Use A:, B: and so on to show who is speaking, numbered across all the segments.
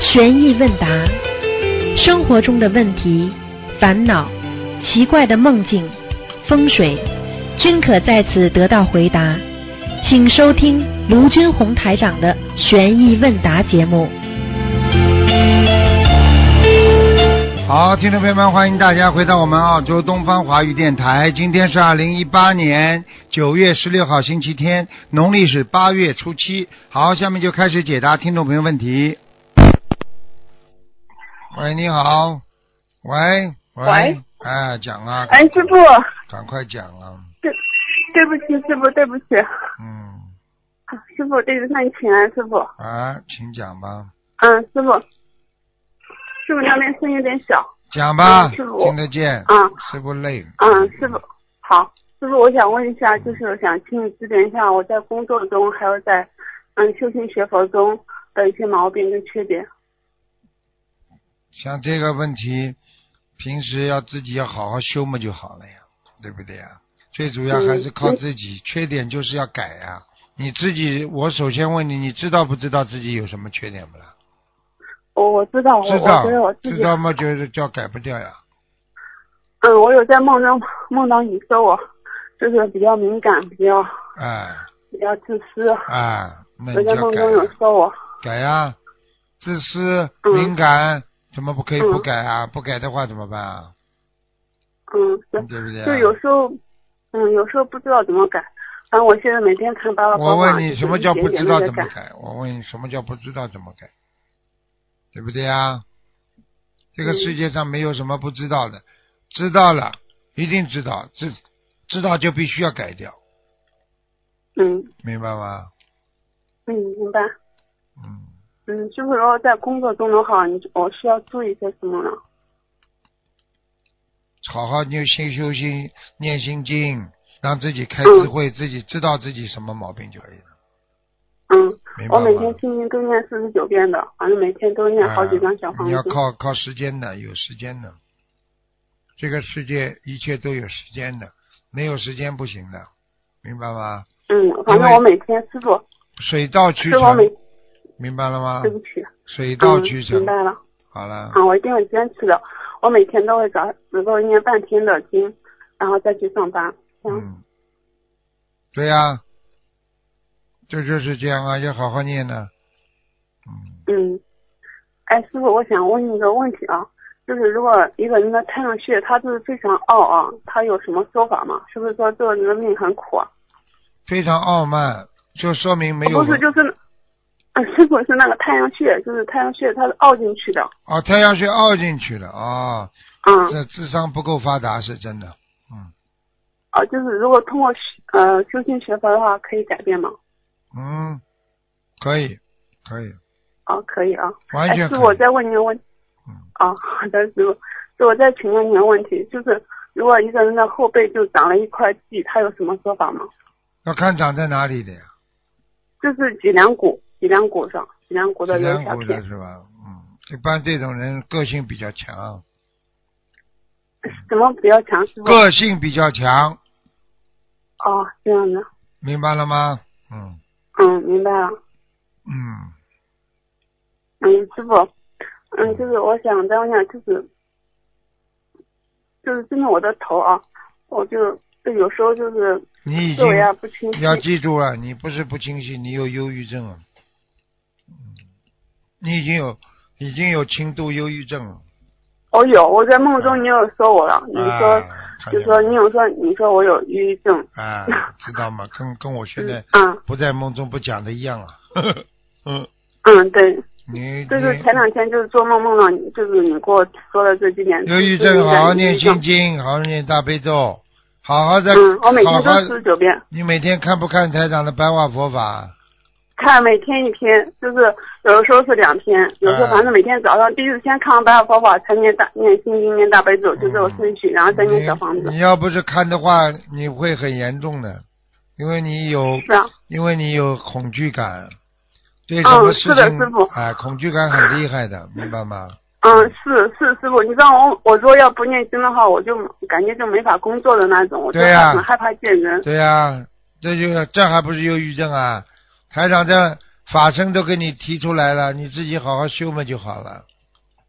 A: 玄易问答，生活中的问题、烦恼、奇怪的梦境、风水，均可在此得到回答。请收听卢军红台长的玄易问答节目。
B: 好，听众朋友们，欢迎大家回到我们澳洲东方华语电台。今天是二零一八年九月十六号星期天，农历是八月初七。好，下面就开始解答听众朋友问题。喂，你好，喂
C: 喂，
B: 哎，讲啊，
C: 哎，师傅，
B: 赶快讲啊，
C: 对，对不起，师傅，对不起，啊
B: 嗯，
C: 师傅，弟子向你请安，师傅。
B: 啊，请讲吧，
C: 嗯，师傅，师傅那边声音有点小。
B: 讲吧，
C: 嗯师傅
B: 听得见，
C: 嗯
B: 是不累？
C: 嗯，师傅，好，师傅，我想问一下，就是想请你指点一下我在工作中，还有在嗯修行学佛中的一些毛病跟缺点。
B: 像这个问题，平时要自己要好好修嘛就好了呀，对不对呀？最主要还是
C: 嗯
B: 靠自己，缺点就是要改呀。你自己，我首先问你，你知道不知道自己有什么缺点不啦？
C: 我我知道，我
B: 知
C: 哦我
B: 道
C: 觉得我，自
B: 知
C: 己，
B: 道吗？就是叫改不掉呀。
C: 嗯，我有在梦中梦到你说我就是比较敏感，比较
B: 哎
C: 比较自私。
B: 哎，那
C: 我
B: 你就
C: 在
B: 要
C: 梦
B: 改
C: 中有
B: 呀
C: 说我，
B: 改呀，自私、
C: 嗯
B: 敏感，怎么不可以
C: 嗯
B: 不改啊？不改的话怎么办啊？
C: 嗯，是
B: 对不对啊？
C: 就有时候，嗯，有时候不知道怎么改。反正我现在每天看八卦八卦
B: 我问你，
C: 就是
B: 什么
C: 一
B: 叫
C: 点
B: 不
C: 点
B: 知
C: 地
B: 道
C: 在
B: 怎么
C: 改？
B: 改？我问你，什么叫不知道怎么改？对不对啊？这个
C: 嗯
B: 世界上没有什么不知道的，知道了一定知道，知知道就必须要改掉，
C: 嗯
B: 明白吗？
C: 嗯，明白。
B: 嗯，
C: 嗯，就是说在工作中的话，你我需要注意些什么呢？
B: 好好念心修心，念心经，让自己开智慧，自己知道自己什么毛病就可以了，
C: 嗯，
B: 明白
C: 我
B: 吗？
C: 每天心经都念四十九遍的，反正每天都念好几张小
B: 啊
C: 房
B: 你
C: 子。
B: 要靠靠时间的，有时间的。这个世界一切都有时间的，没有时间不行的，明白吗？
C: 嗯，反正我每天师傅，
B: 水到渠
C: 师傅我
B: 成，
C: 每
B: 明白了吗
C: 对？不起，
B: 水到
C: 嗯
B: 渠，成
C: 明，白了。
B: 好了。
C: 嗯，我一定会坚持的。我每天都会早能够念半天的经，然后再去上班。嗯
B: 嗯，对呀、这就是这样啊，要好好念呢、
C: 嗯，哎，师傅，我想问你一个问题啊，就是如果一个人的太阳穴他就是非常傲啊，他有什么说法吗？是不是说这个人的命很苦啊？
B: 非常傲慢，就说明没有
C: 不是，就是， 呃，师傅是那个太阳穴，就是太阳穴它是凹进去的，啊
B: 哦，太阳穴凹进去了啊、
C: 嗯，
B: 这智商不够发达是真的，嗯
C: 啊，就是如果通过学呃修心学佛的话，可以改变吗？
B: 嗯，可以可以，
C: 啊，可以啊。
B: 完
C: 哎，
B: 全
C: 师
B: 可以嗯
C: 傅，我再问您个问，啊，好的，师傅，就我再请问您个问题，就是如果一个人的后背就长了一块疥，他有什么说法吗？
B: 要看长在哪里的呀，
C: 就是脊梁骨，脊梁骨上，脊梁骨
B: 脊
C: 的有
B: 梁
C: 一小
B: 骨的
C: 片，
B: 是吧？嗯，一般这种人个性比较强，
C: 什么比较强？师傅？
B: 个性比较强，
C: 哦，这样的，
B: 明白了吗？嗯
C: 嗯，明白了。
B: 嗯，
C: 嗯，师傅，嗯，就是我想再问一下，就是就是针对我的头啊，我就就有时候就是
B: 你已
C: 思
B: 经
C: 维啊不清晰
B: 你要记住了，你不是不清晰，你有忧郁症了，嗯你已经有已经有轻度忧郁症了。
C: 我哦有，我在梦中你有说我了，你说、
B: 啊、看
C: 就
B: 见
C: 说
B: 吗
C: 你有说你说我有抑郁症，
B: 啊，知道吗？跟跟我现在
C: 嗯嗯
B: 不在梦中不讲的一样啊。 嗯，
C: 嗯对，
B: 你
C: 就是
B: 你
C: 前两天就是做梦梦到你，就是你给我说的这几点，
B: 忧郁
C: 就是
B: 症，好好念
C: 抑郁症
B: 心经，好好念大悲咒，好好在
C: 嗯，我每
B: 好
C: 天都
B: 好。
C: 四十九遍，
B: 你每天看不看台长的白话佛法？
C: 看每天一篇，就是有的时候是两天，有时候
B: 嗯
C: 反正每天早上第一次先看完白话佛法，才念大念心经，念大悲咒，就这种顺序，然后再念小房子
B: 嗯你。你。要不是看的话，你会很严重的，因为你有
C: 是啊，
B: 因为你有恐惧感，对什么
C: 嗯
B: 事
C: 是的
B: 情、
C: 师傅
B: 哎，恐惧感很厉害 的，明白吗？
C: 嗯，是是师傅，你知道我我如果要不念经的话，我就感觉就没法工作的那种，我就
B: 对啊呀
C: 很害怕见人。
B: 对呀、这就这还不是忧郁症啊？台长在法身都给你提出来了，你自己好好修嘛就好了，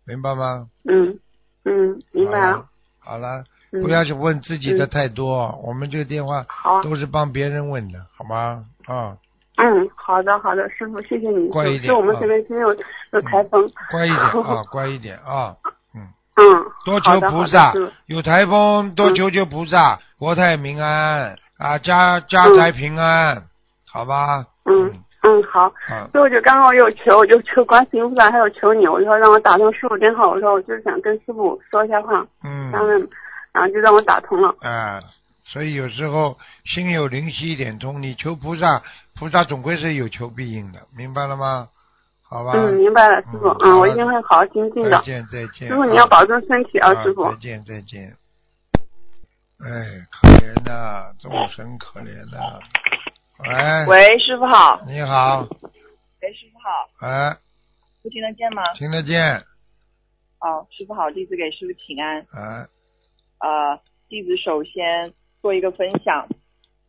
B: 明白
C: 吗？嗯嗯，明白了。嗯
B: 好了，不要去问自己的太多，嗯、我们这个电话都是帮别人问的，好吗？啊。
C: 嗯，好的好的，师傅谢谢你。
B: 乖一点。啊
C: 是我们这边今天有有台风。
B: 乖一点啊，乖一点啊。嗯。
C: 嗯。
B: 多求菩萨，有台风多求求菩
C: 嗯
B: 萨，国泰民安啊，家家宅平安，好吧？啊
C: 嗯嗯好。所以我就刚好有求，我就求观世音菩萨，还有求你，我说让我打通师傅真好，我说我就是想跟师傅说一下话，
B: 嗯，
C: 他们然后就让我打通了。
B: 哎。所以有时候心有灵犀一点通，你求菩萨，菩萨总归是有求必应的，明白了吗？好吧。
C: 嗯，明白了，师傅。嗯，我一定会好好精进
B: 嗯
C: 的。
B: 再见，再见。
C: 师傅，你要保重身体啊，师傅。
B: 再见，再见。哎，可怜呐，众生可怜呐。喂。
D: 喂，师傅好。
B: 你好。
D: 喂，师傅好。
B: 哎。
D: 我听得见吗？
B: 听得见。
D: 哦，师傅好，弟子给师傅请安。
B: 哎。
D: 呃，弟子首先。做一个分享，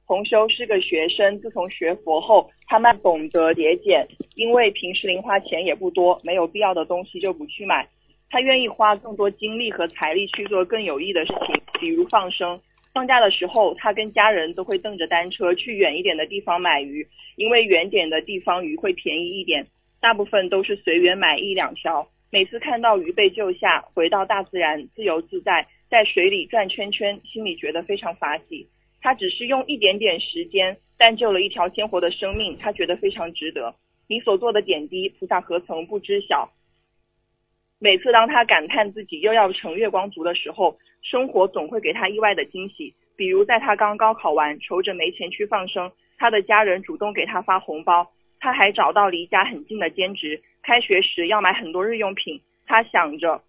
D: 同修是个学生，自从学佛后，他慢懂得节俭，因为平时零花钱也不多，没有必要的东西就不去买。他愿意花更多精力和财力去做更有益的事情，比如放生。放假的时候，他跟家人都会蹬着单车去远一点的地方买鱼，因为远点的地方鱼会便宜一点，大部分都是随缘买一两条。每次看到鱼被救下，回到大自然，自由自在。在水里转圈圈，心里觉得非常法喜。他只是用一点点时间，但救了一条鲜活的生命，他觉得非常值得。你所做的点滴，菩萨何曾不知晓？每次当他感叹自己又要成月光族的时候，生活总会给他意外的惊喜。比如，在他刚高考完，愁着没钱去放生，他的家人主动给他发红包。他还找到离家很近的兼职。开学时要买很多日用品，他想着。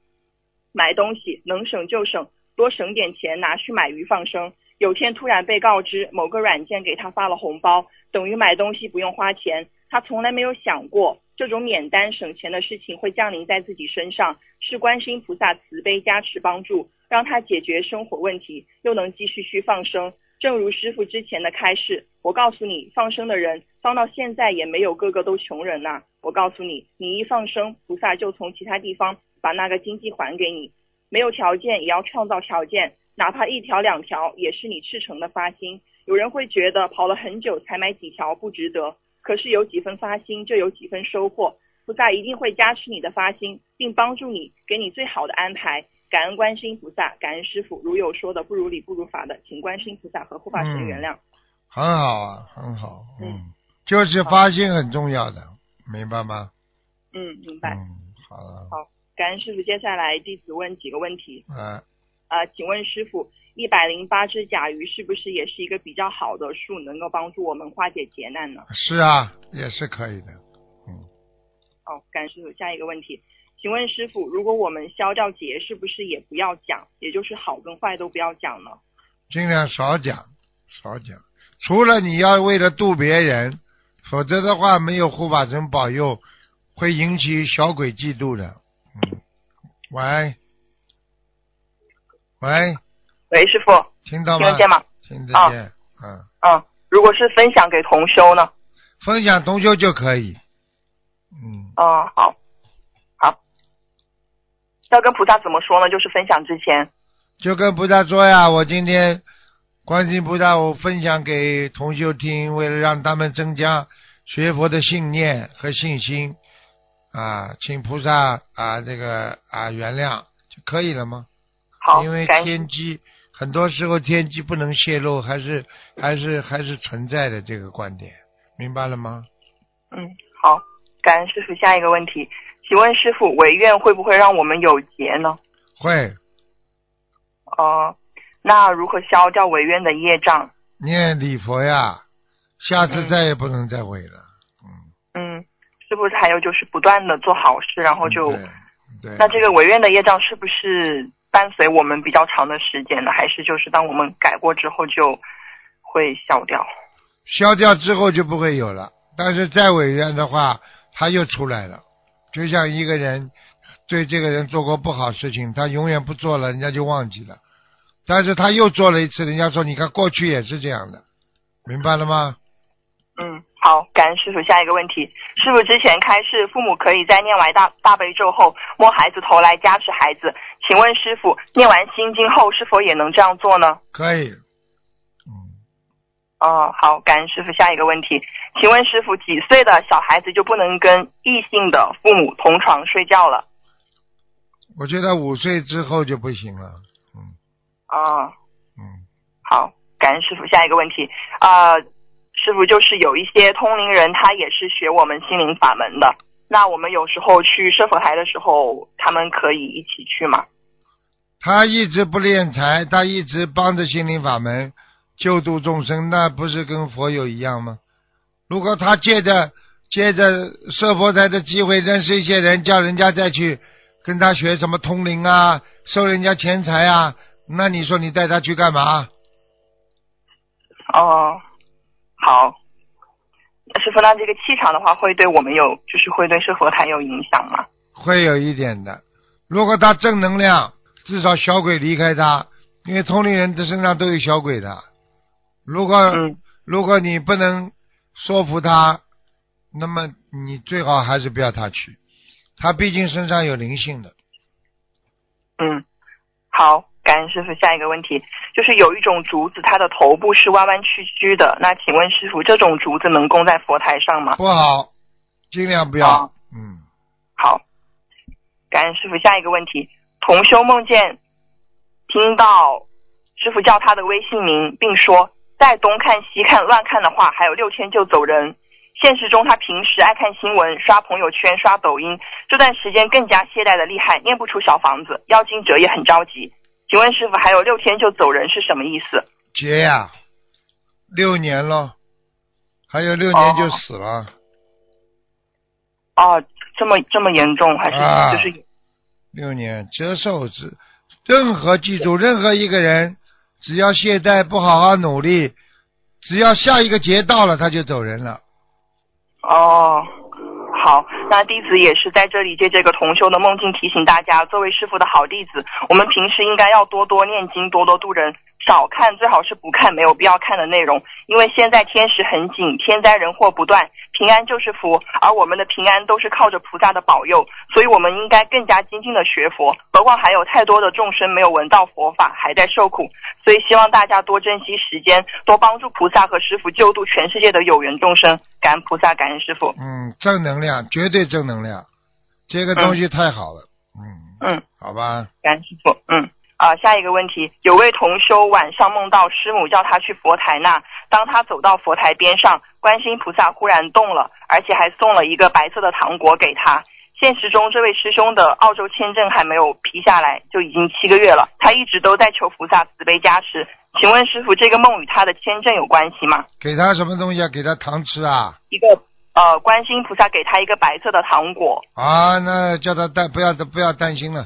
D: 买东西能省就省，多省点钱拿去买鱼放生。有天突然被告知某个软件给他发了红包，等于买东西不用花钱。他从来没有想过这种免单省钱的事情会降临在自己身上，是观世音菩萨慈悲加持帮助，让他解决生活问题，又能继续去放生。正如师傅之前的开示，我告诉你，放生的人放到现在也没有个个都穷人呐、啊。我告诉你，你一放生，菩萨就从其他地方。把那个经济还给你，没有条件也要创造条件，哪怕一条两条，也是你赤诚的发心。有人会觉得跑了很久才买几条不值得，可是有几分发心就有几分收获，菩萨一定会加持你的发心，并帮助你，给你最好的安排。感恩观世音菩萨，感恩师傅。如有说的不如理不如法的，请观世音菩萨和护法神原谅、嗯。
B: 很好啊，很好，嗯，嗯就是发心很重要的，明白吗？
D: 嗯，明白。
B: 嗯，好了。
D: 好。感恩师傅，接下来弟子问几个问题。
B: 嗯、啊。
D: 呃，请问师傅，一百零八只甲鱼是不是也是一个比较好的数，能够帮助我们化解劫难呢？
B: 是啊，也是可以的。嗯。
D: 哦，感恩师傅。下一个问题，请问师傅，如果我们消掉劫，是不是也不要讲，也就是好跟坏都不要讲呢？
B: 尽量少讲，少讲。除了你要为了渡别人，否则的话没有护法神保佑，会引起小鬼嫉妒的。嗯，喂，喂，
D: 喂，师傅，
B: 听到
D: 吗？听得见吗？
B: 听得见，嗯、
D: 啊、嗯。如果是分享给同修呢？
B: 分享同修就可以。嗯。
D: 哦、嗯，好，好。要跟菩萨怎么说呢？就是分享之前。
B: 就跟菩萨说呀，我今天观世菩萨，我分享给同修听，为了让他们增加学佛的信念和信心。啊，请菩萨啊，这个啊原谅就可以了吗？
D: 好，
B: 因为天机很多时候天机不能泄露，还是还是还是存在的这个观点，明白了吗？
D: 嗯，好，感恩师傅。下一个问题，请问师傅，违愿会不会让我们有劫呢？
B: 会。
D: 哦、呃，那如何消掉违愿的业障？
B: 念礼佛呀，下次再也不能再违了。
D: 嗯。嗯。是不是还有就是不断的做好事，然后就，
B: 嗯、对对
D: 那这个违愿的业障是不是伴随我们比较长的时间呢？还是就是当我们改过之后就会消掉？
B: 消掉之后就不会有了，但是再违愿的话，它又出来了。就像一个人对这个人做过不好事情，他永远不做了，人家就忘记了，但是他又做了一次，人家说你看过去也是这样的，明白了吗？
D: 嗯，好，感恩师傅。下一个问题，师傅之前开示，父母可以在念完大大悲咒后摸孩子头来加持孩子，请问师傅，念完心经后是否也能这样做呢？
B: 可以，嗯
D: 哦，好，感恩师傅。下一个问题，请问师傅，几岁的小孩子就不能跟异性的父母同床睡觉了？
B: 我觉得五岁之后就不行了。
D: 哦，
B: 嗯，
D: 好，感恩师傅。下一个问题，啊、师傅就是有一些通灵人，他也是学我们心灵法门的。那我们有时候去设佛台的时候，他们可以一起去吗？
B: 他一直不敛财，他一直帮着心灵法门救度众生，那不是跟佛友一样吗？如果他借着借着设佛台的机会认识一些人，叫人家再去跟他学什么通灵啊，收人家钱财啊，那你说你带他去干嘛？
D: 哦，好，师傅，那这个气场的话，会对我们有，就是会对设佛台有影响吗？
B: 会有一点的。如果他正能量，至少小鬼离开他，因为通灵人的身上都有小鬼的。如果、
D: 嗯，
B: 如果你不能说服他，那么你最好还是不要他去，他毕竟身上有灵性的。
D: 嗯，好，感恩师傅。下一个问题就是有一种竹子，它的头部是弯弯曲曲的，那请问师傅，这种竹子能供在佛台上吗？
B: 不好，尽量不要。
D: 好
B: 嗯，
D: 好，感恩师傅。下一个问题，同修梦见听到师傅叫他的微信名，并说再东看西看乱看的话，还有六天就走人。现实中，他平时爱看新闻、刷朋友圈、刷抖音，这段时间更加懈怠的厉害，念不出小房子，邀请者也很着急。请问师傅，还有六天就走人是什么意思？
B: 劫呀、六年咯，还有六年就
D: 哦
B: 死了。
D: 哦，这么这么严重，还是
B: 啊
D: 就是、
B: 六年折寿之，任何记住，任何一个人，只要懈怠，不好好努力，只要下一个节到了，他就走人了。
D: 哦，好，那弟子也是在这里借这个同修的梦境提醒大家，作为师傅的好弟子，我们平时应该要多多念经，多多度人，少看最好是不看没有必要看的内容，因为现在天时很紧，天灾人祸不断，平安就是福，而我们的平安都是靠着菩萨的保佑，所以我们应该更加精进的学佛，何况还有太多的众生没有闻到佛法，还在受苦，所以希望大家多珍惜时间，多帮助菩萨和师傅救度全世界的有缘众生，感恩菩萨，感恩师傅。
B: 嗯，正能量，绝对正能量，这个东西太好了。嗯，
D: 嗯，
B: 好吧，
D: 感恩师傅。嗯，啊、下一个问题，有位同修晚上梦到师母叫他去佛台那，当他走到佛台边上，观世音菩萨忽然动了，而且还送了一个白色的糖果给他。现实中，这位师兄的澳洲签证还没有批下来，就已经七个月了。他一直都在求菩萨慈悲加持。请问师傅，这个梦与他的签证有关系吗？
B: 给他什么东西啊？给他糖吃啊？
D: 一个呃，观世音菩萨给他一个白色的糖果
B: 啊，那叫他担不要不要担心了，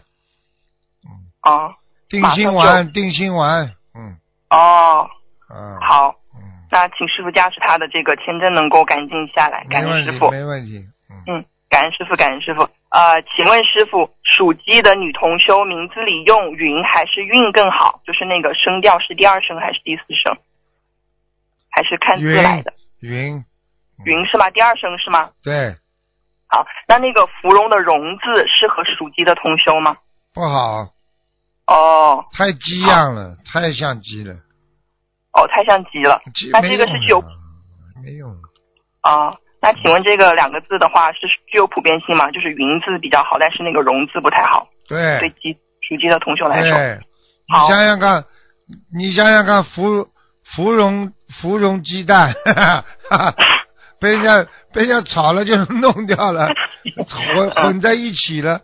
D: 啊、
B: 定
D: 马上
B: 心
D: 就
B: 丸，定心丸，嗯
D: 哦，
B: 嗯，
D: 好，
B: 嗯，
D: 那请师傅加持他的这个签证能够赶紧下来，感
B: 没
D: 恩
B: 问
D: 师
B: 题，
D: 傅。
B: 没问题，嗯，
D: 嗯，感恩师傅，感恩师傅。呃，请问师傅，属鸡的女同修名字里用“云”还是“韵”更好？就是那个声调是第二声还是第四声？还是看字来的？
B: 云
D: 云是吗？第二声是吗？
B: 对
D: 好，那那个芙蓉的“蓉”字适合属鸡的同修吗？
B: 不好，
D: 哦
B: 太鸡样了，太像鸡了，
D: 哦，太像鸡了
B: 鸡
D: 那
B: 没
D: 这个
B: 用
D: 是
B: 的
D: 有
B: 没用的，
D: 啊、那请问这个两个字的话是具有普遍性吗？就是“云”字比较好，但是那个“蓉”字不太好，
B: 对
D: 对鸡属鸡的同修来
B: 对，
D: 说。
B: 哎你
D: 哎好
B: 想想看，你想想看，芙芙蓉芙蓉鸡蛋， 哈哈哈哈被人家被人家炒了就弄掉了，混混在一起了。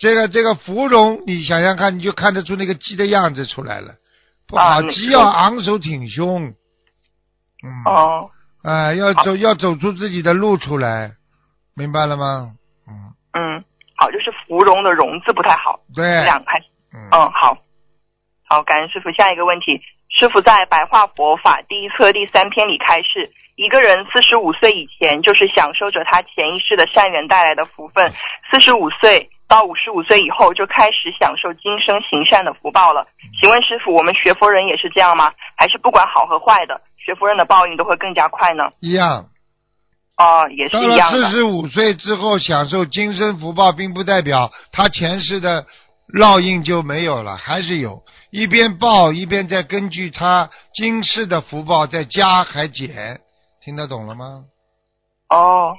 B: 这个这个芙蓉，你想想看，你就看得出那个鸡的样子出来了，不好，
D: 啊那
B: 鸡要昂首挺胸，嗯，啊、
D: 哦。
B: 要
D: 好
B: 走要走出自己的路出来，明白了吗？嗯，
D: 嗯，好，就是芙蓉的蓉字不太好，
B: 对，
D: 两还是
B: 嗯，
D: 嗯好，好，感恩师傅。下一个问题，师傅在《白话佛法》第一册第三篇里开示，一个人四十五岁以前就是享受着他前一世的善缘带来的福分，四十五岁。到五十五岁以后就开始享受今生行善的福报了。请问师傅，我们学佛人也是这样吗？还是不管好和坏的，学佛人的报应都会更加快呢？
B: 一样，
D: 哦，也是
B: 到
D: 一
B: 了
D: 样
B: 四
D: 的。
B: 十五岁之后，享受今生福报，并不代表他前世的烙印就没有了，还是有。一边报，一边再根据他今世的福报再加还减，听得懂了吗？
D: 哦，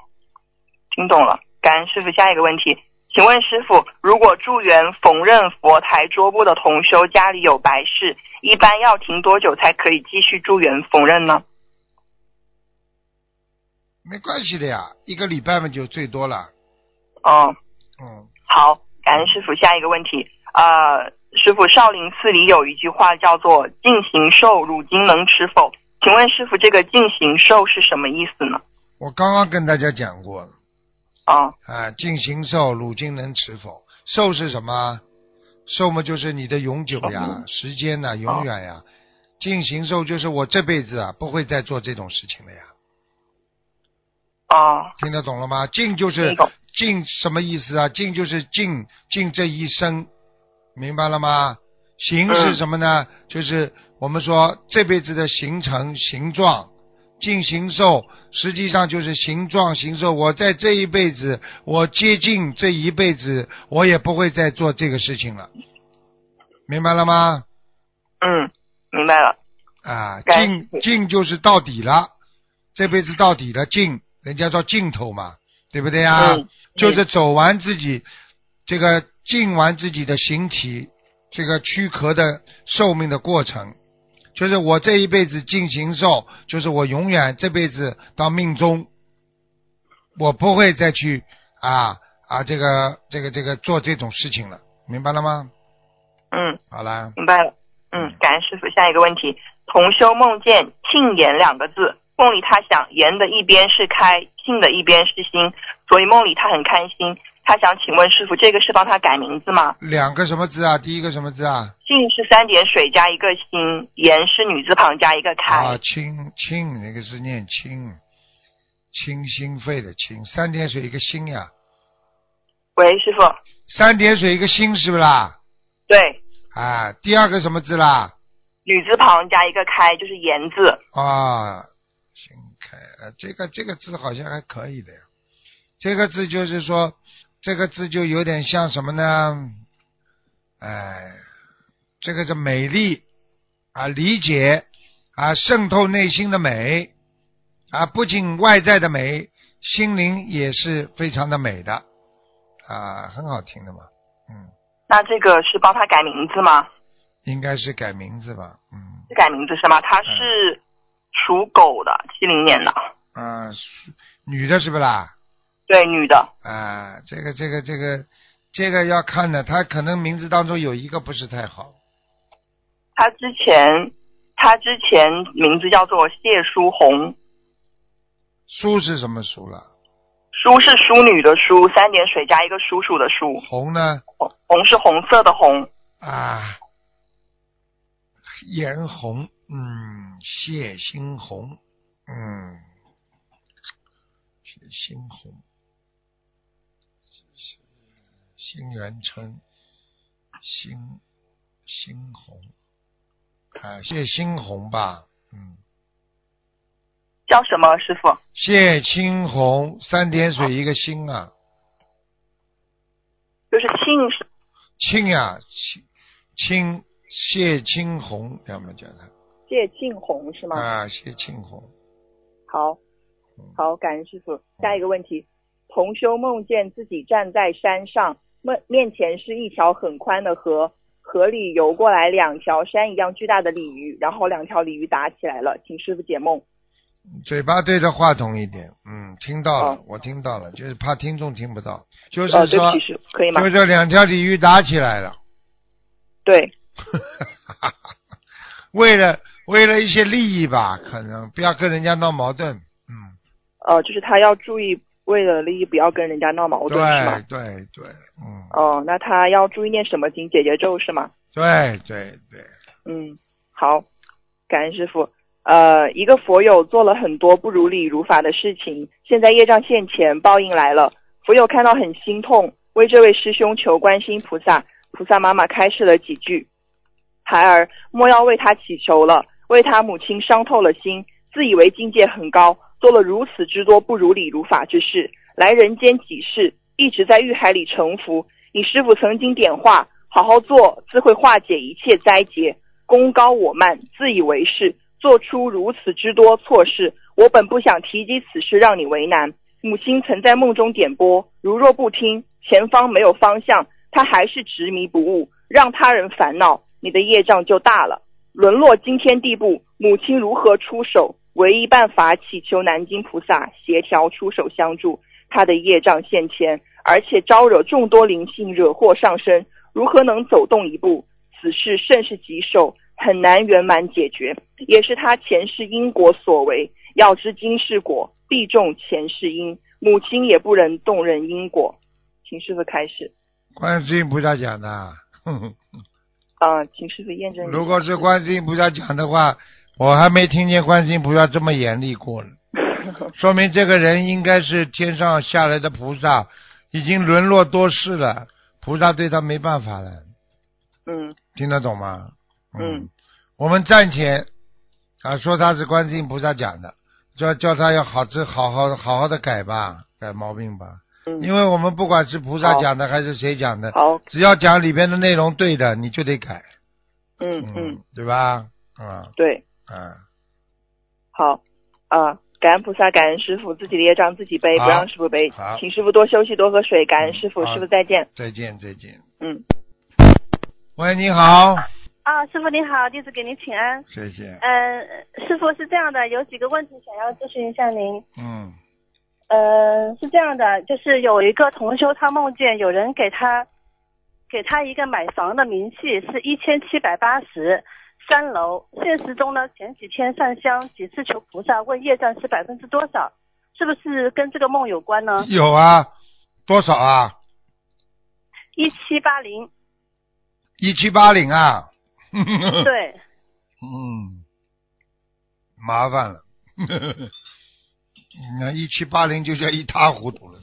D: 听懂了。感恩师傅，下一个问题，请问师傅，如果助缘缝纫佛台桌布的同修家里有白事，一般要停多久才可以继续助缘缝纫呢？
B: 没关系的呀，一个礼拜嘛就最多了。
D: 哦，
B: 嗯，
D: 好，感恩师傅。下一个问题，呃，师傅，少林寺里有一句话叫做“尽行寿，汝今能吃否”，请问师傅，这个“尽行寿”是什么意思呢？
B: 我刚刚跟大家讲过了
D: 哦，
B: 啊，尽行寿，汝今能持否？寿是什么？寿嘛就是你的永久呀，时间呐、永远呀。尽行寿就是我这辈子啊不会再做这种事情了呀。
D: 哦，
B: 听得懂了吗？尽就
D: 听
B: 是
D: 懂
B: 尽什么意思啊？尽就是尽尽这一生，明白了吗？行是什么呢？就是我们说这辈子的形成形状。尽形寿，实际上就是形状形寿。我在这一辈子，我接近这一辈子，我也不会再做这个事情了，明白了吗？
D: 嗯，明白了。
B: 啊，
D: 该
B: 尽
D: 死
B: 尽就是到底了，这辈子到底了，尽，人家叫尽头嘛，对不对啊？
D: 嗯
B: 就是走完自己这个尽完自己的形体，这个躯壳的寿命的过程，就是我这一辈子尽形寿，就是我永远这辈子到命中，我不会再去啊啊这个这个这个做这种事情了，明白了吗？
D: 嗯，
B: 好啦，
D: 明白了。嗯，感恩师傅。下一个问题，同修梦见“庆盐”两个字，梦里他想盐的一边是开，庆的一边是心，所以梦里他很开心。他想请问师傅，这个是帮他改名字吗？
B: 两个什么字啊？第一个什么字啊？
D: 庆是三点水加一个心，盐是女字旁加一个开。
B: 啊，清清那个是念清，清心肺的清，三点水一个心呀，
D: 喂，师傅，
B: 三点水一个心是不是啦？
D: 对，
B: 啊，第二个什么字啦？
D: 女字旁加一个开就是盐字。
B: 啊，心开，啊、这个这个字好像还可以的呀。这个字就是说，这个字就有点像什么呢？哎，这个是美丽啊，理解啊，渗透内心的美啊，不仅外在的美，心灵也是非常的美的啊，很好听的嘛。嗯，
D: 那这个是帮他改名字吗？
B: 应该是改名字吧。嗯，
D: 是改名字是吗？他是属狗的，七零年的，
B: 啊，是女的是不啦？
D: 对，女的。
B: 啊，这个这个这个这个要看的，他可能名字当中有一个不是太好
D: 他之前，他之前名字叫做谢淑红，
B: 书是什么书了？
D: 淑是淑女的淑，三点水加一个叔叔的叔，
B: 红呢？
D: 红红是红色的红，
B: 啊，颜红，嗯，谢新红，嗯，谢新红，新元春，新新红，啊，谢新红吧，嗯。
D: 叫什么师傅？
B: 谢青红，三点水一个心啊，
D: 就是庆是
B: 青呀、青青谢青红，要么叫他
D: 谢庆红是吗？
B: 啊，谢青红
D: 好，
B: 嗯
D: 好，感恩师傅。下一个问题，同修梦见自己站在山上，梦面前是一条很宽的河，河里游过来两条山一样巨大的鲤鱼，然后两条鲤鱼打起来了，请师傅解梦。
B: 嘴巴对着话筒一点，嗯，听到了，
D: 哦
B: 我听到了，就是怕听众听不到，就是
D: 呃，对
B: 说，
D: 不起，师傅，可以吗
B: 就？是两条鲤鱼打起来了，
D: 对，
B: 为了为了一些利益吧，可能不要跟人家闹矛盾，嗯，
D: 呃，就是他要注意，为了利益不要跟人家闹矛盾，是
B: 对
D: 吗？
B: 对对，嗯，
D: 哦，那他要注意念什么经？解结咒是吗？
B: 对对对，
D: 嗯，好，感恩师傅。呃，一个佛友做了很多不如理如法的事情，现在业障现前，报应来了。佛友看到很心痛，为这位师兄求观世音菩萨，菩萨妈妈开示了几句。孩儿莫要为他祈求了，为他母亲伤透了心，自以为境界很高，做了如此之多不如理如法之事，来人间几世，一直在欲海里沉浮。你师傅曾经点化，好好做，自会化解一切灾劫。功高我慢，自以为是，做出如此之多错事，我本不想提及此事，让你为难。母亲曾在梦中点拨，如若不听，前方没有方向，他还是执迷不悟，让他人烦恼，你的业障就大了。沦落惊天地步，母亲如何出手？唯一办法，祈求南京菩萨协调出手相助。他的业障现前，而且招惹众多灵性，惹祸上身，如何能走动一步？此事甚是棘手，很难圆满解决，也是他前世因果所为。要知今世果，必中前世因。母亲也不忍动人因果。请师傅开始。
B: 观世音菩萨讲的，哼哼
D: 嗯、请师傅验证一下。
B: 如果是观世音菩萨讲的话，我还没听见观世音菩萨这么严厉过 呢，说明这个人应该是天上下来的菩萨，已经沦落多世了，菩萨对他没办法了，
D: 嗯
B: 听得懂吗？
D: 嗯，
B: 我们暂且啊说他是观世音菩萨讲的，叫叫他要好自好好好好的改吧，改毛病吧，
D: 嗯，
B: 因为我们不管是菩萨
D: 好
B: 讲的还是谁讲的，
D: 好，
B: 只要讲里边的内容对的，你就得改，
D: 嗯嗯
B: 嗯，，对吧？啊
D: 对，
B: 啊。
D: 好，啊、感恩菩萨，感恩师傅，自己的业障自己背，
B: 好
D: 不让师傅背
B: 好，
D: 请师傅多休息，多喝水，感恩师傅，
B: 好
D: 师傅再见，
B: 再见，再见。
D: 嗯。
B: 喂，你好，
E: 啊，师傅你好，弟子给您请安。
B: 谢谢。
E: 嗯、师傅是这样的，有几个问题想要咨询一下您。
B: 嗯
E: 呃，是这样的，就是有一个同修，他梦见有人给他给他一个买房的明细，是一千七百八十三楼。现实中呢，前几天上香几次求菩萨问业障是百分之多少，是不是跟这个梦有关呢？
B: 有啊，多少啊？
E: 一七八零，
B: 一七八零啊。
E: 对，
B: 嗯，麻烦了。 那一七八零就叫一塌糊涂了。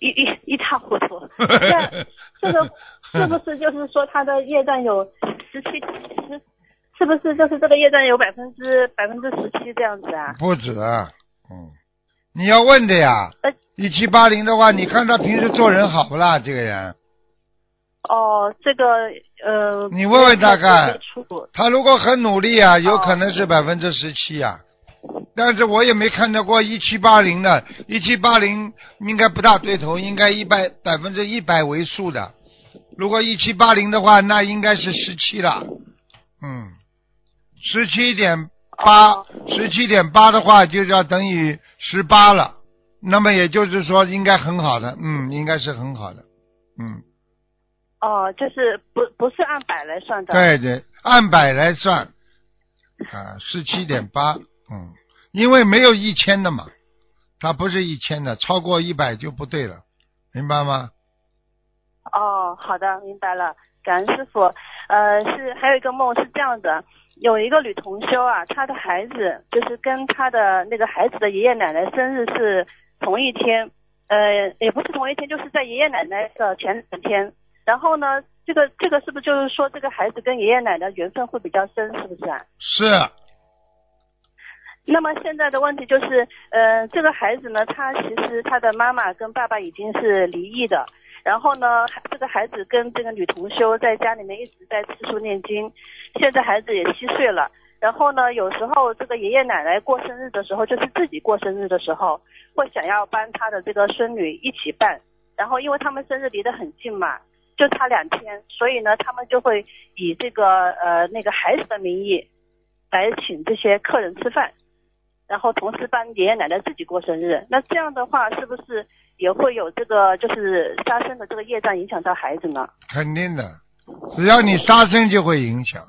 E: 一一一塌糊涂。那 这个是不是就是说他的业障有十七十？是不是就是这个业障有百分之百分之十七这样子啊？
B: 不止，嗯，你要问的呀
E: 呃。
B: 一七八零的话，你看他平时做人好不啦？这个人，
E: 哦，这个呃，
B: 你问问大概
E: 没有接触
B: 他如果很努力啊，有
E: 哦
B: 可能是百分之十七啊。但是我也没看到过一七八零的，一七八零应该不大对头，应该一百百分之一百为数的。如果一七八零的话，那应该是十七了，嗯，十七点八
E: 哦，
B: 十七点八的话就要等于十八了，那么也就是说应该很好的，嗯，应该是很好的，嗯，
E: 哦，就是不不是按百来算的。。
B: 对对，按百来算，啊，十七点八，嗯，因为没有一千的嘛，它不是一千的，超过一百就不对了，明白吗？
E: 哦，好的，明白了，感恩师傅。呃，是还有一个梦是这样的，有一个女同修啊，她的孩子就是跟她的那个孩子的爷爷奶奶生日是同一天，呃，也不是同一天，就是在爷爷奶奶的前两天。然后呢，这个这个是不是就是说这个孩子跟爷爷奶奶缘分会比较深，是不是啊？
B: 是，
E: 那么现在的问题就是，呃，这个孩子呢，他其实他的妈妈跟爸爸已经是离异的，然后呢，这个孩子跟这个女同修在家里面一直在吃素念经，现在孩子也七岁了。然后呢，有时候这个爷爷奶奶过生日的时候，就是自己过生日的时候，会想要帮他的这个孙女一起办。然后，因为他们生日离得很近嘛，就差两天，所以呢，他们就会以这个呃那个孩子的名义来请这些客人吃饭。然后同时帮爷爷奶奶自己过生日。那这样的话，是不是也会有这个就是杀生的这个业障影响到孩子呢？
B: 肯定的，只要你杀生就会影响。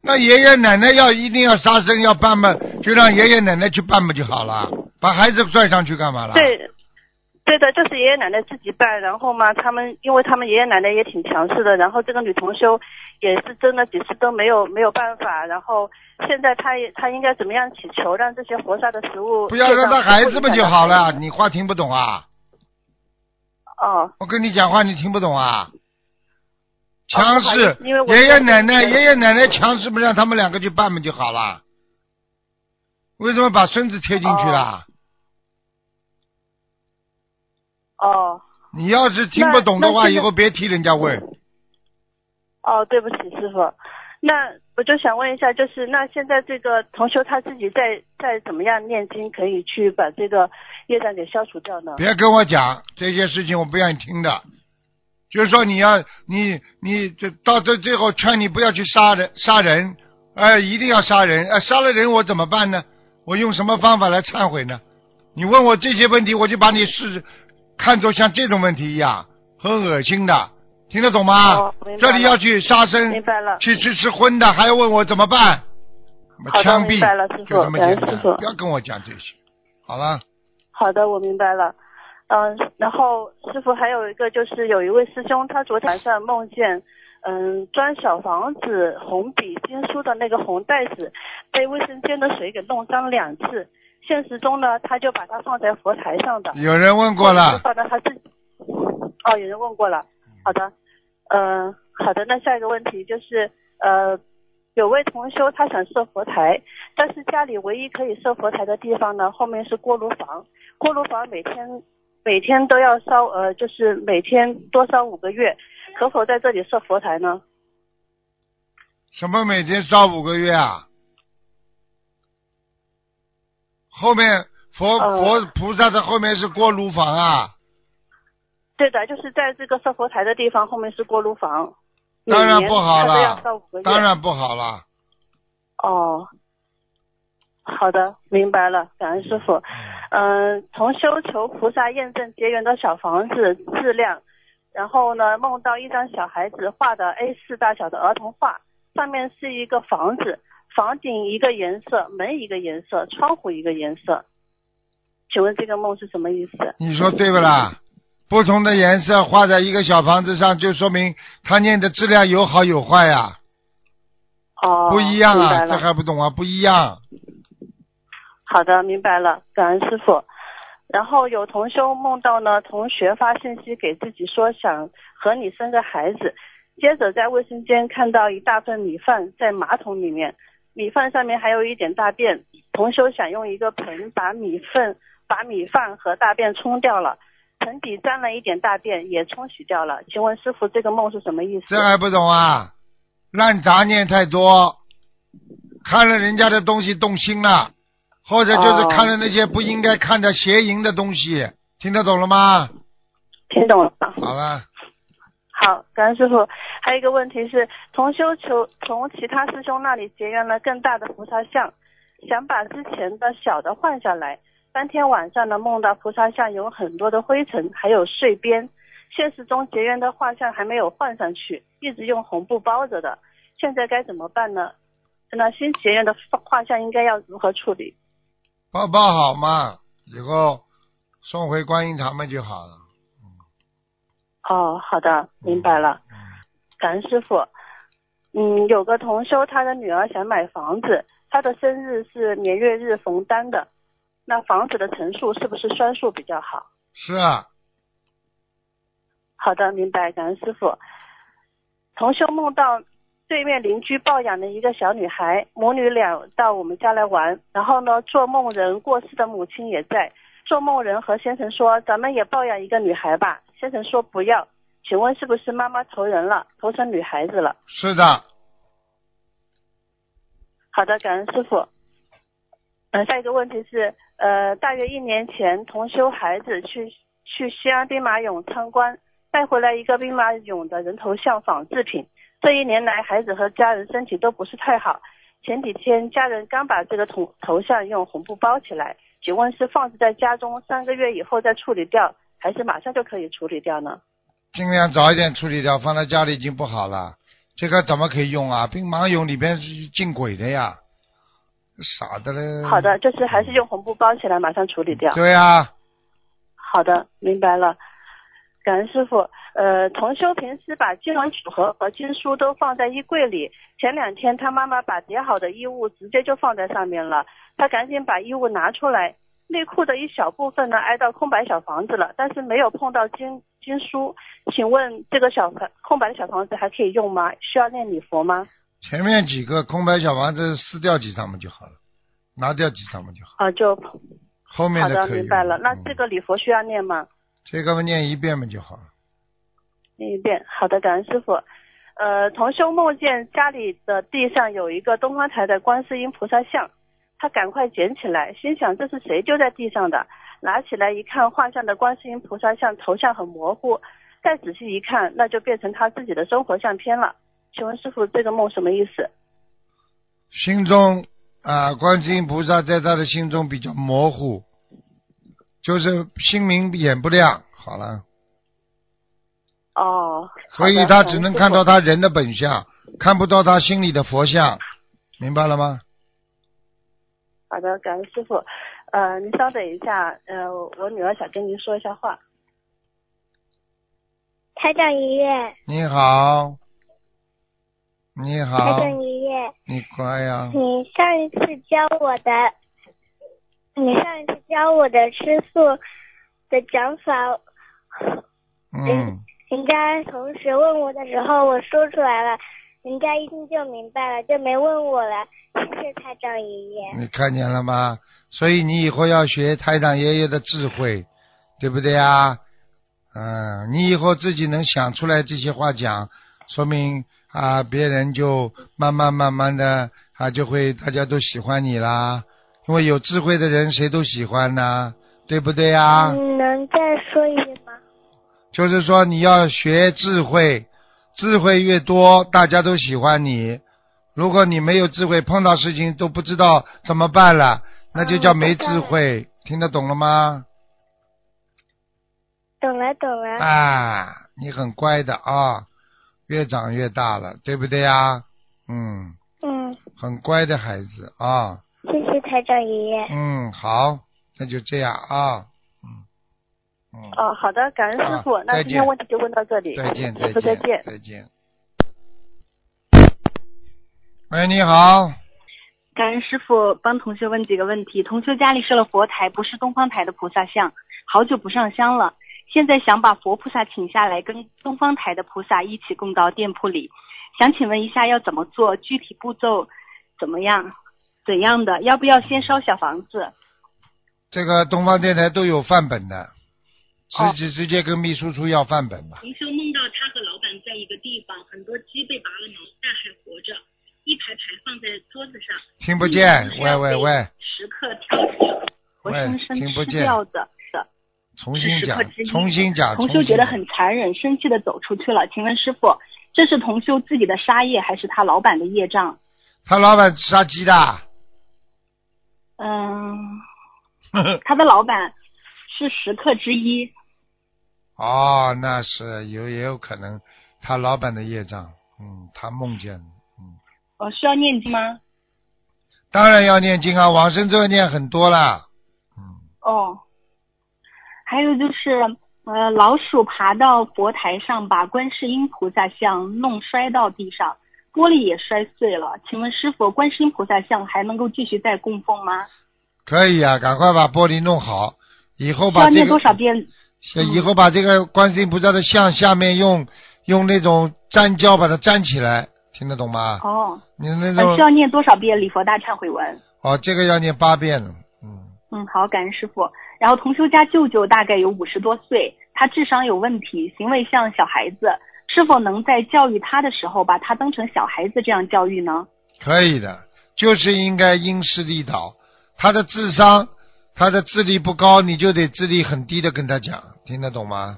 B: 那爷爷奶奶要一定要杀生要办嘛，就让爷爷奶奶去办不就好了？把孩子拽上去干嘛了？，
E: 对，对的，就是爷爷奶奶自己办。然后嘛，他们因为他们爷爷奶奶也挺强势的，然后这个女同修也是争了几次都没有没有办法。然后现在她也她应该怎么样祈求，让这些活杀的食物
B: 不要让他孩子
E: 不
B: 们就好了。你话听不懂啊？
E: 哦，
B: 我跟你讲话，你听不懂啊？强
E: 啊不好意
B: 势
E: 思，因为我
B: 爷爷奶奶，
E: 是
B: 爷爷奶奶强
E: 哦
B: 势不让他们两个去办不就好了？为什么把孙子贴进去了？
E: 哦
B: 你要是听不懂的
E: 那
B: 话，
E: 那现
B: 以
E: 在
B: 后别替人家问。
E: 哦，对不起，师傅。那我就想问一下，就是那现在这个同修他自己在在怎么样念经，可以去把这个业障给消除掉呢？
B: 别跟我讲这些事情，我不愿意听的。就是说你要你你这到这最后劝你不要去杀人杀人，哎，一定要杀人，哎，杀了人我怎么办呢？我用什么方法来忏悔呢？你问我这些问题，我就把你是看作像这种问题一样，很恶心的，听得懂吗？
E: 哦明白了
B: 这里要去杀
E: 明
B: 生，
E: 白了。
B: 去吃吃荤的，还要问我怎么办？
E: 好的
B: 枪
E: 明
B: 毙
E: 白了师，傅
B: 就这么简
E: 感恩
B: 单
E: 师，傅
B: 不要跟我讲这些，好了。
E: 好的，我明白了。嗯，然后师傅还有一个就是有一位师兄，他昨天晚上梦见，嗯，装小房子红笔经书的那个红袋子被卫生间的水给弄脏两次。现实中呢，他就把它放在佛台上的。
B: 有人问过了，
E: 放到他自己。哦，有人问过了。好的，嗯、好的。那下一个问题就是，呃，有位同修他想设佛台，但是家里唯一可以设佛台的地方呢，后面是锅炉房。锅炉房每天每天都要烧，呃，就是每天多烧五个月，可否在这里设佛台呢？
B: 什么每天烧五个月啊？后面佛
E: 呃
B: 佛菩萨的后面是锅炉房啊，
E: 对的，就是在这个设佛台的地方后面是锅炉房。每
B: 当然
E: 年
B: 不好
E: 他都要
B: 了
E: 烧五个，月。
B: 当然不好了。
E: 哦，好的，明白了，感恩师傅。嗯、从修求菩萨验证结缘的小房子质量，然后呢，梦到一张小孩子画的 A 4大小的儿童画，上面是一个房子，房顶一个颜色，门一个颜色，窗户一个颜色。请问这个梦是什么意思？
B: 你说对不啦？不同的颜色画在一个小房子上，就说明他念的质量有好有坏呀、
E: 哦，
B: 不一样
E: 明白
B: 啊，
E: 了
B: 这还不懂啊？不一样。
E: 好的，明白了，感恩师傅。然后有同修梦到呢，同学发信息给自己说想和你生个孩子，接着在卫生间看到一大份米饭在马桶里面，米饭上面还有一点大便，同修想用一个盆把米粪、把米饭和大便冲掉了，盆底沾了一点大便也冲洗掉了。请问师傅，这个梦是什么意思？
B: 这还不懂啊？烂杂念太多，看了人家的东西动心了，或者就是
E: 哦
B: 看了那些不应该看的邪淫的东西，听得懂了吗？
E: 听懂了吗？
B: 好了，
E: 好，感恩师傅。还有一个问题是，同修求从其他师兄那里结缘了更大的菩萨像，想把之前的小的换下来。当天晚上呢，梦到菩萨像有很多的灰尘，还有碎边。现实中结缘的画像还没有换上去，一直用红布包着的。现在该怎么办呢？那新结缘的画像应该要如何处理？
B: 包包好嘛，以后送回观音堂嘛就好了。
E: 哦，好的，明白了。感恩师傅。嗯，有个同修，他的女儿想买房子，她的生日是年月日逢单的，那房子的层数是不是双数比较好？
B: 是啊，
E: 好的，明白，感恩师傅。同修梦到对面邻居抱养的一个小女孩，母女俩到我们家来玩，然后呢，做梦人过世的母亲也在。做梦人和先生说：“咱们也抱养一个女孩吧。”先生说：“不要。”请问是不是妈妈投人了，投成女孩子了？
B: 是的，
E: 好的，感恩师傅。呃，下一个问题是，呃，大约一年前，同修孩子去去西安兵马俑参观，带回来一个兵马俑的人头像仿制品。这一年来，孩子和家人身体都不是太好。前几天，家人刚把这个头头像用红布包起来，请问是放置在家中三个月以后再处理掉，还是马上就可以处理掉呢？
B: 尽量早一点处理掉，放在家里已经不好了。这个怎么可以用啊？兵马俑里边是进鬼的呀，傻的嘞。
E: 好的，啊就是还是用红布包起来，马上处理掉。
B: 对啊呀、
E: 好的，明白了。感恩师傅。呃，同修平时把金融组合和经书都放在衣柜里。前两天他妈妈把叠好的衣物直接就放在上面了，他赶紧把衣物拿出来，内裤的一小部分呢挨到空白小房子了，但是没有碰到经经书。请问这个小房空白的小房子还可以用吗？需要念礼佛吗？
B: 前面几个空白小房子撕掉几张嘛就好了，拿掉几张嘛就好，
E: 啊、就
B: 后面
E: 好的，
B: 可以用。
E: 明白了。那
B: 嗯
E: 这个礼佛需要念吗？
B: 这个念一遍嘛就好了。
E: 念一遍，好的，感恩师傅。呃，同修梦见家里的地上有一个东方台的观世音菩萨像，他赶快捡起来，心想这是谁丢在地上的？拿起来一看，画像的观世音菩萨像头像很模糊，再仔细一看，那就变成他自己的生活相片了。请问师傅，这个梦什么意思？
B: 心中啊、观世音菩萨在他的心中比较模糊，就是心明眼不亮，好了，
E: 哦，
B: 所以他只能看到他人的本相，看不到他心里的佛像，明白了吗？
E: 好的，感恩师傅。呃，您稍等一下，呃，我女儿想跟您说一下话。
F: 台长爷爷，
B: 你好，你
F: 台
B: 好，
F: 长爷爷，
B: 你乖呀、
F: 你上一次教我的，你上一次教我的吃素的讲法，
B: 嗯，
F: 人家同学问我的时候，我说出来了，人家一听就明白了，就没问我了。谢谢台长爷爷。
B: 你看见了吗？所以你以后要学台长爷爷的智慧，对不对呀？嗯，你以后自己能想出来这些话讲，说明啊，别人就慢慢慢慢的啊，就会大家都喜欢你啦。因为有智慧的人谁都喜欢呐，对不对啊呀？
F: 你嗯能再说一遍吗？
B: 就是说你要学智慧，智慧越多，大家都喜欢你。如果你没有智慧，碰到事情都不知道怎么办了，那就
E: 啊
B: 叫没智慧。听得懂了吗？
F: 懂了，懂
E: 嗯
F: 了。
B: 啊，你很乖的啊，越长越大了，对不对呀？嗯，
F: 嗯，
B: 很乖的孩子啊。
F: 谢谢台长爷爷。
B: 嗯，好，那就这样啊。嗯嗯，
E: 哦，好的，感恩师傅。
B: 啊
E: 那
B: 再
E: 今
B: 见
E: 天问题就问到这里。
B: 再见，再
E: 师傅再
B: 见，
E: 见。
B: 再见。喂，你好。
G: 感恩师傅帮同学问几个问题。同学家里设了佛台，不是东方台的菩萨像，好久不上香了。现在想把佛菩萨请下来，跟东方台的菩萨一起供到店铺里。想请问一下要怎么做？具体步骤怎么样？怎样的？要不要先烧小房子？
B: 这个东方电台都有范本的，
G: 哦
B: 直直直接跟秘书处要范本吧。
G: 同修梦到他和老板在一个地方，很多鸡被拔了毛，但还活着，一排排放在桌子上。
B: 听不见，喂喂喂，
G: 时刻挑剔，活生生
B: 喂听不
G: 吃
B: 见
G: 掉的。
B: 重新
G: 时
B: 讲
G: 刻之，一
B: 重新讲，
G: 同
B: 重
G: 修
B: 新
G: 觉得
B: 讲。
G: 很残忍，生气的走出去了。请问师傅，这是同修自己的杀业，还是他老板的业障？
B: 他老板杀鸡的，
G: 嗯，他的老板是食客之一。
B: 哦，那是有也有可能他老板的业障，嗯，他梦见了，嗯，
G: 哦，需要念经吗？
B: 当然要念经啊，往生咒念很多啦，嗯，
G: 哦，还有就是，呃，老鼠爬到佛台上，把观世音菩萨像弄摔到地上，玻璃也摔碎了。请问师傅，观世音菩萨像还能够继续再供奉吗？
B: 可以啊，赶快把玻璃弄好，以后
G: 需要
B: 把这
G: 念
B: 个
G: 多少遍？
B: 以后把这个观世音菩萨的像下面用用那种粘胶把它粘起来，听得懂吗？
G: 哦，
B: 你啊那
G: 呃
B: 种
G: 需要念多少遍礼佛大忏悔文？
B: 哦，这个要念八遍了，嗯，
G: 嗯，好，感恩师傅。然后同修家舅舅大概有五十多岁，他智商有问题，行为像小孩子，是否能在教育他的时候把他当成小孩子这样教育呢？
B: 可以的，就是应该因势利导。他的智商，他的智力不高，你就得智力很低的跟他讲，听得懂吗？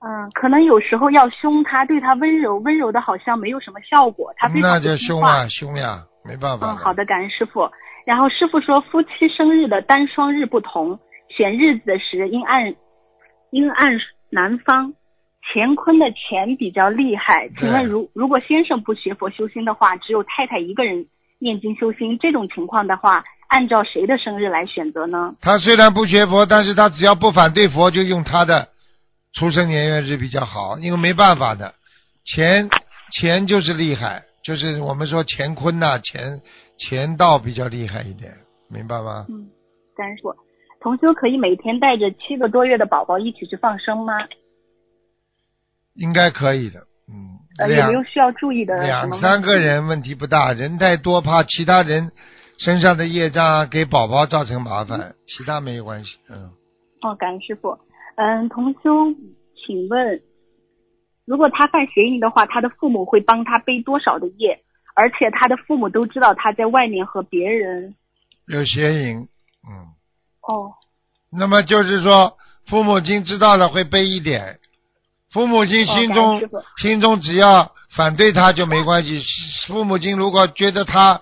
G: 嗯，可能有时候要凶他，对他温柔，温柔的好像没有什么效果，他非常
B: 那
G: 不
B: 就
G: 听
B: 凶
G: 话
B: 啊，凶呀、没办法
G: 嗯，好。的，感恩师傅。然后师傅说，夫妻生日的单双日不同，选日子时应按应按男方乾坤的乾比较厉害。请问
B: 对
G: 如如果先生不学佛修心的话，只有太太一个人念经修心，这种情况的话，按照谁的生日来选择呢？
B: 他虽然不学佛，但是他只要不反对佛，就用他的出生年月日比较好，因为没办法的，钱钱就是厉害，就是我们说乾坤呐、钱钱道比较厉害一点，明白吗？
G: 嗯，感恩师傅。同修可以每天带着七个多月的宝宝一起去放生吗？
B: 应该可以的，嗯，
G: 呃，有
B: 两
G: 没有需要注意的什么
B: 两
G: 问
B: 三个
G: 题
B: 人问题不大，人太多怕其他人身上的业障啊给宝宝造成麻烦，其他没有关系，嗯，
G: 哦，感恩师傅。嗯，同修，请问，如果他犯邪淫的话，他的父母会帮他背多少的业？而且他的父母都知道他在外面和别人。
B: 有邪淫，嗯，
G: 哦，
B: 那么就是说，父母亲知道了会背一点，父母亲
G: 哦
B: 心
G: 感
B: 中、
G: 恩师父
B: 心中只要反对他就没关系，父母亲如果觉得他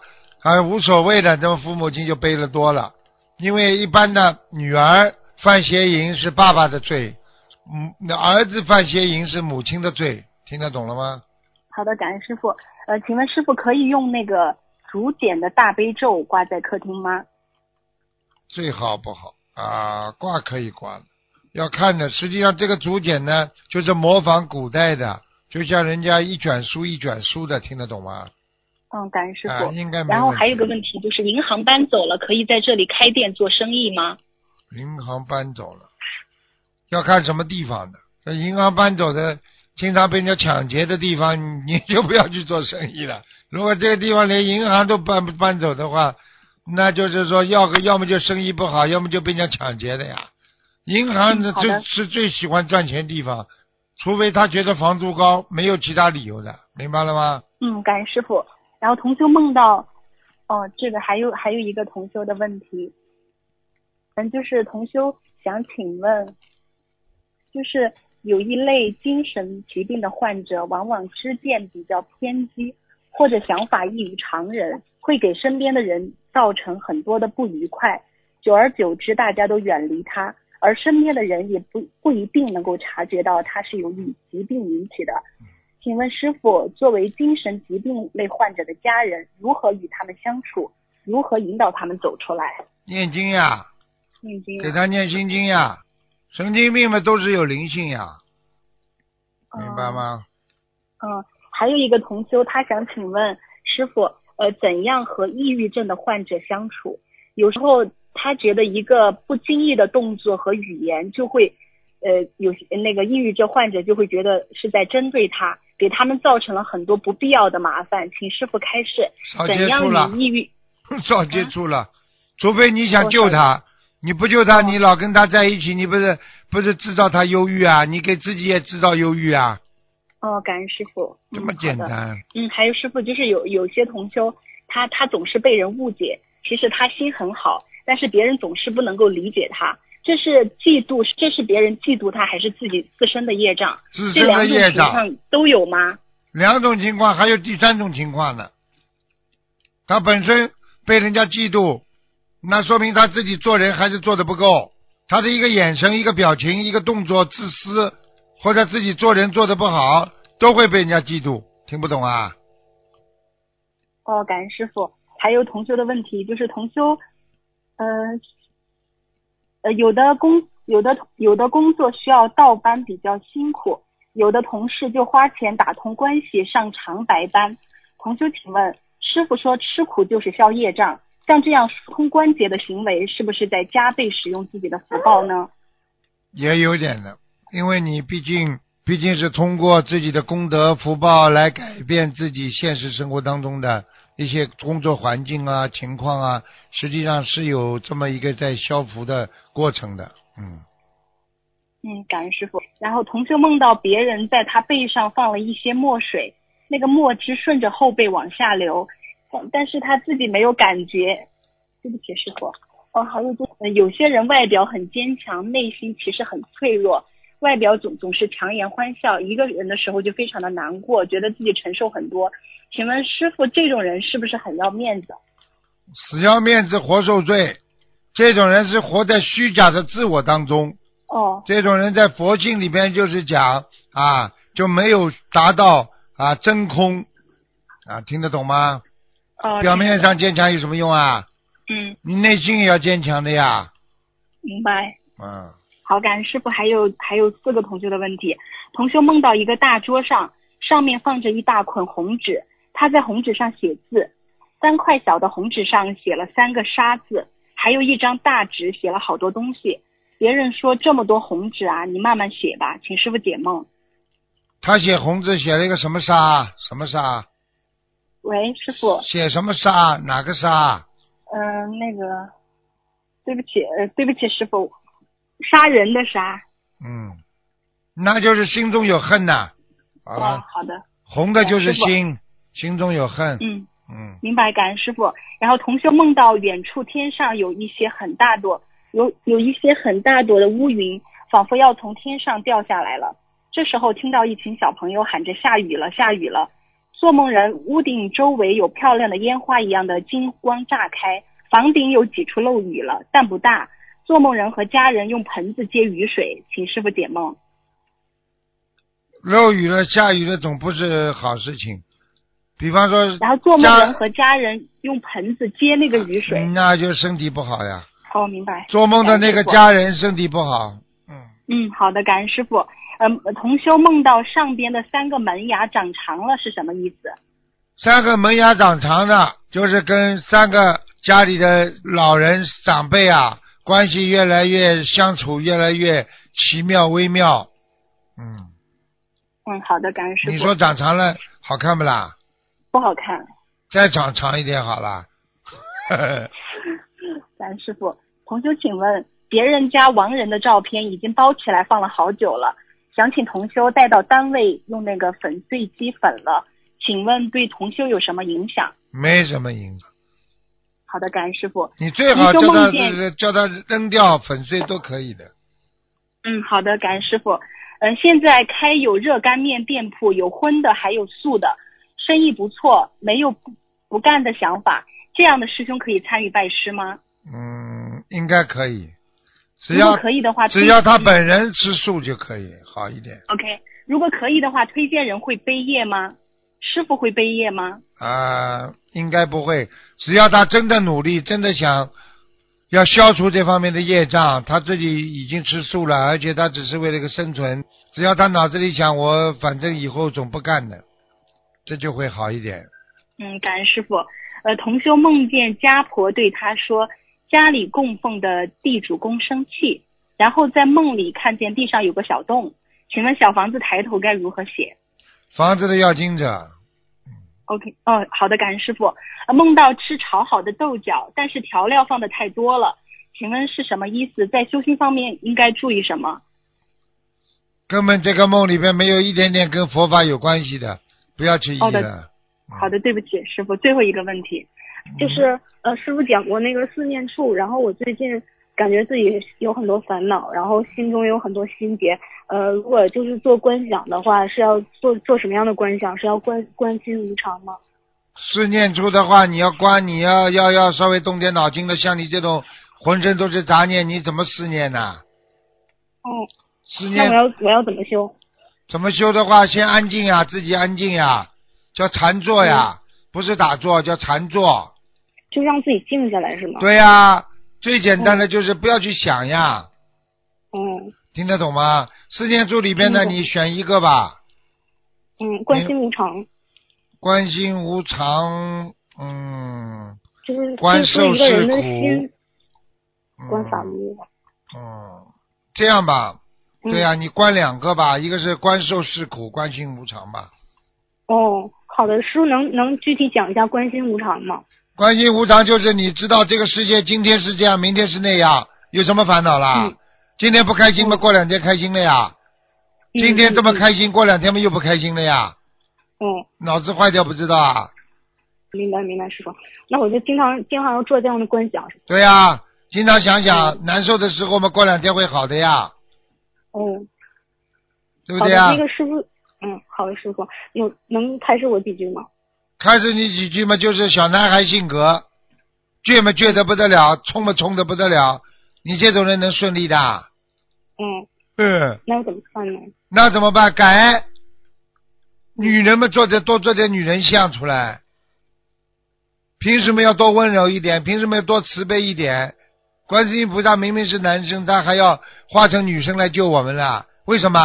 B: 啊、呃无所谓的，那么父母亲就背了多了，因为一般的女儿犯邪淫是爸爸的罪，嗯，那儿子犯邪淫是母亲的罪，听得懂了吗？
G: 好的，感恩师傅。呃，请问师傅可以用那个竹简的大悲咒挂在客厅吗？
B: 最好不好啊，挂可以挂的，要看的。实际上这个竹简呢，就是模仿古代的，就像人家一卷书一卷书的，听得懂吗？
G: 嗯，感恩师傅。
B: 啊，应该没
H: 然后
B: 问题
H: 还有个问题就是，银行搬走了，可以在这里开店做生意吗？
B: 银行搬走了，要看什么地方的。这银行搬走的，经常被人家抢劫的地方，你 你就不要去做生意了。如果这个地方连银行都搬不搬走的话，那就是说要个要么就生意不好，要么就被人家抢劫的呀。银行呢
G: 嗯好
B: 最
G: 的
B: 是最喜欢赚钱地方，除非他觉得房租高，没有其他理由的，明白了吗？
G: 嗯，感恩师傅。然后同修梦到，哦，这个还有还有一个同修的问题，嗯，就是同修想请问，就是有一类精神疾病的患者，往往知见比较偏激，或者想法异于常人，会给身边的人造成很多的不愉快，久而久之，大家都远离他。而身边的人也不不一定能够察觉到他是由于疾病引起的，请问师傅，作为精神疾病类患者的家人，如何与他们相处？如何引导他们走出来？
B: 念经呀，
G: 念经啊
B: 给他念心经呀，神经病嘛都是有灵性呀，
G: 哦
B: 明白？吗？
G: 嗯，嗯还有一个同修，他想请问师傅，呃，怎样和抑郁症的患者相处？有时候他觉得一个不经意的动作和语言，就会，呃，有些那个抑郁症患者就会觉得是在针对他，给他们造成了很多不必要的麻烦。请师傅开示，
B: 少接
G: 怎
B: 触了
G: 样，啊与抑郁？
B: 少接触了，除非你想救他，你不救
G: 哦
B: 他，你老跟他在一起，你不是不是制造他忧郁啊？你给自己也制造忧郁啊？
G: 哦，感恩师傅，嗯
B: 这么简。
G: 好的
B: 单，
G: 嗯，还有师傅，就是有有些同修，他他总是被人误解，其实他心很好，但是别人总是不能够理解他，这是嫉妒，这是别人嫉妒他，还是自己自身的业障？
B: 自
G: 这
B: 身的
G: 两种
B: 业
G: 情
B: 障，
G: 况都有吗？
B: 两种情况，还有第三种情况呢。他本身被人家嫉妒，那说明他自己做人还是做的不够。他的一个眼神、一个表情、一个动作自私，或者自己做人做的不好，都会被人家嫉妒。听不懂啊？
G: 哦，感恩师傅。还有同修的问题，就是同修，呃，呃，有的工有的有的工作需要倒班比较辛苦，有的同事就花钱打通关系上长白班。同修，请问师傅说吃苦就是消业障，像这样疏通关节的行为，是不是在加倍使用自己的福报呢？
B: 也有点的，因为你毕竟毕竟是通过自己的功德福报来改变自己现实生活当中的一些工作环境啊、情况啊，实际上是有这么一个在消福的过程的。嗯，
G: 嗯，感恩师傅。然后同修梦到别人在他背上放了一些墨水，那个墨汁顺着后背往下流，但但是他自己没有感觉。对不起，师傅。哦，还有就是，呃有些人外表很坚强，内心其实很脆弱，外表总总是强颜欢笑，一个人的时候就非常的难过，觉得自己承受很多。请问师傅，这种人是不是很要面子？
B: 死要面子活受罪，这种人是活在虚假的自我当中。
G: 哦，
B: 这种人在佛经里边就是讲啊，就没有达到啊真空啊，听得懂吗？
G: 哦，
B: 表面上坚强有什么用啊？
G: 嗯，
B: 你内心也要坚强的呀。
G: 明白。
B: 嗯，
G: 好，感恩师傅。还有还有四个同修的问题。同修梦到一个大桌上，上面放着一大捆红纸，他在红纸上写字，三块小的红纸上写了三个沙字，还有一张大纸写了好多东西。别人说这么多红纸啊，你慢慢写吧，请师傅解梦。
B: 他写红字写了一个什么沙？什么沙？
G: 喂，师傅，
B: 写什么沙？哪个沙？
G: 嗯、呃那个，对不起，呃，对不起，师傅，杀人的杀，
B: 嗯，那就是心中有恨呐。好
G: 哦
B: 了，，
G: 好的，
B: 红的就是
G: 师傅
B: 心，心中有恨。
G: 嗯，
B: 嗯，
G: 明白，感恩师傅。然后同修梦到远处天上有一些很大朵，有有一些很大朵的乌云，仿佛要从天上掉下来了。这时候听到一群小朋友喊着下雨了，下雨了。做梦人屋顶周围有漂亮的烟花一样的金光炸开，房顶有几处漏雨了，但不大。做梦人和家人用盆子接雨水，请师傅解梦。
B: 漏雨了、下雨了，总不是好事情。比方说，
G: 然后做梦人
B: 家
G: 和家人用盆子接那个雨水。
B: 嗯那就身体不好呀。
G: 哦，明白。
B: 做梦的那个
G: 感恩师傅
B: 家人身体不好，
G: 嗯，好的，感恩师傅。嗯，同修梦到上边的三个门牙长长了是什么意思？
B: 三个门牙长长的，就是跟三个家里的老人长辈啊，关系越来越相处越来越奇妙微妙。嗯，
G: 嗯，好的，感恩师傅。
B: 你说长长了好看不啦？
G: 不好看，
B: 再长长一点好啦。
G: 感恩师傅。同修，请问别人家亡人的照片已经包起来放了好久了，想请同修带到单位用那个粉碎机粉了，请问对同修有什么影响？
B: 没什么影响，
G: 好的，感恩师傅。
B: 你最好叫
G: 你就
B: 他
G: 梦见
B: 叫他扔掉粉碎都可以的。
G: 嗯，好的，感恩师傅。嗯、现在开有热干面店铺，有荤的，还有素的，生意不错，没有不不干的想法。这样的师兄可以参与拜师吗？
B: 嗯，应该可以，只
G: 如果
B: 要
G: 可以的话，
B: 只要他
G: 推
B: 本人吃素就可以好一点
G: OK，如果可以的话，推荐人会背业吗？师傅会背业吗？
B: 啊、应该不会。只要他真的努力，真的想要消除这方面的业障，他自己已经吃素了，而且他只是为了一个生存。只要他脑子里想，我反正以后总不干的，这就会好一点。
G: 嗯，感恩师傅。呃，同修梦见家婆对他说，家里供奉的地主公生气，然后在梦里看见地上有个小洞，请问小房子抬头该如何写？
B: 房子的要经者，
G: OK，哦，好的，感恩师傅。呃梦到吃炒好的豆角，但是调料放的太多了，请问是什么意思？在修心方面应该注意什么？
B: 根本这个梦里边没有一点点跟佛法有关系的，不要去疑
G: 好的
B: 了。
G: 好的，对不起，师傅，最后一个问题。
I: 就是呃，师傅讲过那个四念处，然后我最近感觉自己有很多烦恼，然后心中有很多心结。呃，如果就是做观想的话，是要做做什么样的观想？是要观观心无常吗？
B: 是念出的话，你要关，你要要要稍微动点脑筋的。像你这种浑身都是杂念，你怎么思念呐、
I: 哦，
B: 思
I: 那我
B: 念
I: 要我要怎么修？
B: 怎么修的话，先安静呀、自己安静呀、叫禅坐呀、
I: 嗯
B: 不是打坐，叫禅坐。
I: 就让自己静下来是吗？。
B: 对呀、最简单的就是不要去想呀，
I: 嗯
B: 听得懂吗？四念处里边呢，
I: 听得懂
B: 你选一个吧。
I: 嗯，观心无常
B: 观心无常，嗯，
I: 就是
B: 观
I: 就是说一个人的
B: 受是苦
I: 心
B: 嗯
I: 观法无。
B: 嗯，这样吧，
I: 嗯
B: 对呀、你关两个吧，一个是观受是苦，观心无常吧。
I: 哦，好的，师傅能能具体讲一下观心无常吗？
B: 关心无常就是你知道这个世界今天是这样，明天是那样，有什么烦恼啦？
I: 嗯
B: 今天不开心嘛，过两天开心了呀。
I: 嗯
B: 今天这么开心，过两天嘛又不开心了呀。
I: 嗯，
B: 脑子坏掉不知道啊？
I: 明白明白，师傅。那我就经常经常要做这样的观想。
B: 对呀、经常想想、难受的时候嘛，过两天会好的呀，
I: 嗯，
B: 对不
I: 好
B: 对
I: 的，
B: 呀？
I: 那个师傅，嗯，好的，师傅，能能开示我几句吗？
B: 开始你几句嘛，就是小男孩性格，倔嘛倔得不得了，冲嘛冲得不得了，你这种人能顺利的？
I: 嗯，
B: 嗯，
I: 那我怎么办呢？
B: 那怎么办？改，女人们做点多做点女人相出来，凭什么要多温柔一点？凭什么要多慈悲一点？观世音菩萨明明是男生，他还要化成女生来救我们了，为什么？